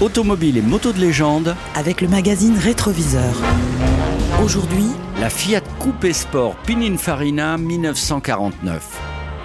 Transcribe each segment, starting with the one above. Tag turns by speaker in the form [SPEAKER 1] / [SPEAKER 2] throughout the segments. [SPEAKER 1] Automobiles et motos de légende,
[SPEAKER 2] avec le magazine Rétroviseur. Aujourd'hui,
[SPEAKER 1] la Fiat Coupé Sport Pininfarina 1949.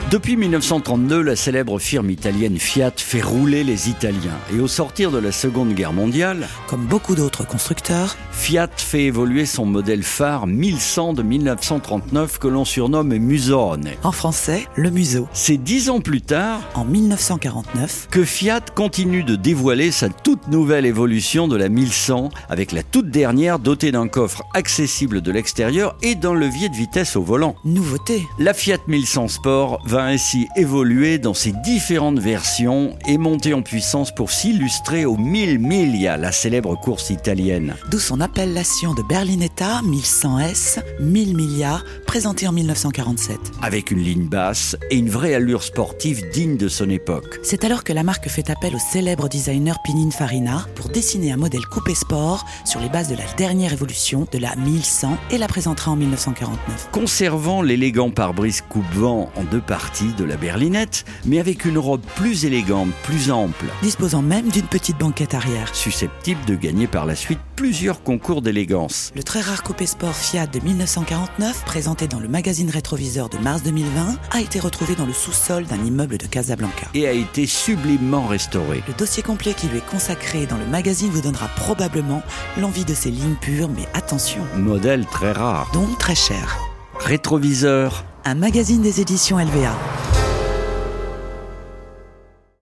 [SPEAKER 1] Depuis 1932, la célèbre firme italienne Fiat fait rouler les Italiens. Et au sortir de la Seconde Guerre mondiale,
[SPEAKER 2] comme beaucoup d'autres constructeurs,
[SPEAKER 1] Fiat fait évoluer son modèle phare 1100 de 1939 que l'on surnomme Musone.
[SPEAKER 2] en français, le museau.
[SPEAKER 1] C'est dix ans plus tard
[SPEAKER 2] En 1949,
[SPEAKER 1] que Fiat continue de dévoiler sa toute nouvelle évolution de la 1100 avec la toute dernière dotée d'un coffre accessible de l'extérieur et d'un levier de vitesse au volant.
[SPEAKER 2] nouveauté.
[SPEAKER 1] La Fiat 1100 Sport va ainsi évoluer dans ses différentes versions et monter en puissance pour s'illustrer au 1000 miglia, la célèbre course italienne.
[SPEAKER 2] D'où son appellation de Berlinetta 1100S, 1000 milliards, présentée en 1947.
[SPEAKER 1] Avec une ligne basse et une vraie allure sportive digne de son époque.
[SPEAKER 2] C'est alors que la marque fait appel au célèbre designer Pininfarina pour dessiner un modèle coupé sport sur les bases de la dernière évolution de la 1100 et la présentera en 1949.
[SPEAKER 1] Conservant l'élégant pare-brise coupe-vent en deux parties de la berlinette, mais avec une robe plus élégante, plus ample,
[SPEAKER 2] Disposant même d'une petite banquette arrière.
[SPEAKER 1] susceptible de gagner par la suite plusieurs concours d'élégance.
[SPEAKER 2] Le très rare coupé sport Fiat de 1949, présenté dans le magazine Rétroviseur de mars 2020, a été retrouvé dans le sous-sol d'un immeuble de Casablanca.
[SPEAKER 1] Et a été sublimement restauré.
[SPEAKER 2] Le dossier complet qui lui est consacré dans le magazine vous donnera probablement l'envie de ces lignes pures, mais attention,
[SPEAKER 1] Modèle très rare.
[SPEAKER 2] donc très cher.
[SPEAKER 1] Rétroviseur.
[SPEAKER 2] Un magazine des éditions LVA.